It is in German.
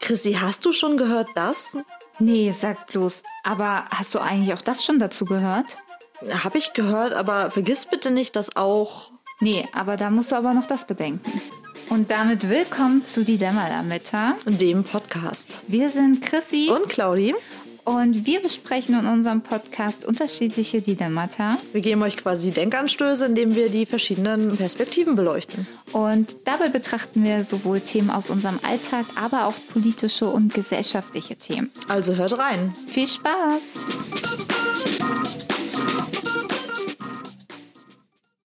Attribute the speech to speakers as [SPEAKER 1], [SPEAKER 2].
[SPEAKER 1] Chrissy, hast du schon gehört das?
[SPEAKER 2] Nee, sag bloß. Aber hast du eigentlich auch das schon dazu gehört?
[SPEAKER 1] Hab ich gehört, aber vergiss bitte nicht, dass auch.
[SPEAKER 2] Nee, aber da musst du aber noch das bedenken. Und damit willkommen zu Dilemma Lametta.
[SPEAKER 1] Dem Podcast.
[SPEAKER 2] Wir sind Chrissy
[SPEAKER 1] Und Claudi,
[SPEAKER 2] und wir besprechen in unserem Podcast unterschiedliche Dilemmata.
[SPEAKER 1] wir geben euch quasi Denkanstöße, indem wir die verschiedenen Perspektiven beleuchten.
[SPEAKER 2] Und dabei betrachten wir sowohl Themen aus unserem Alltag, aber auch politische und gesellschaftliche Themen.
[SPEAKER 1] Also hört rein.
[SPEAKER 2] Viel Spaß!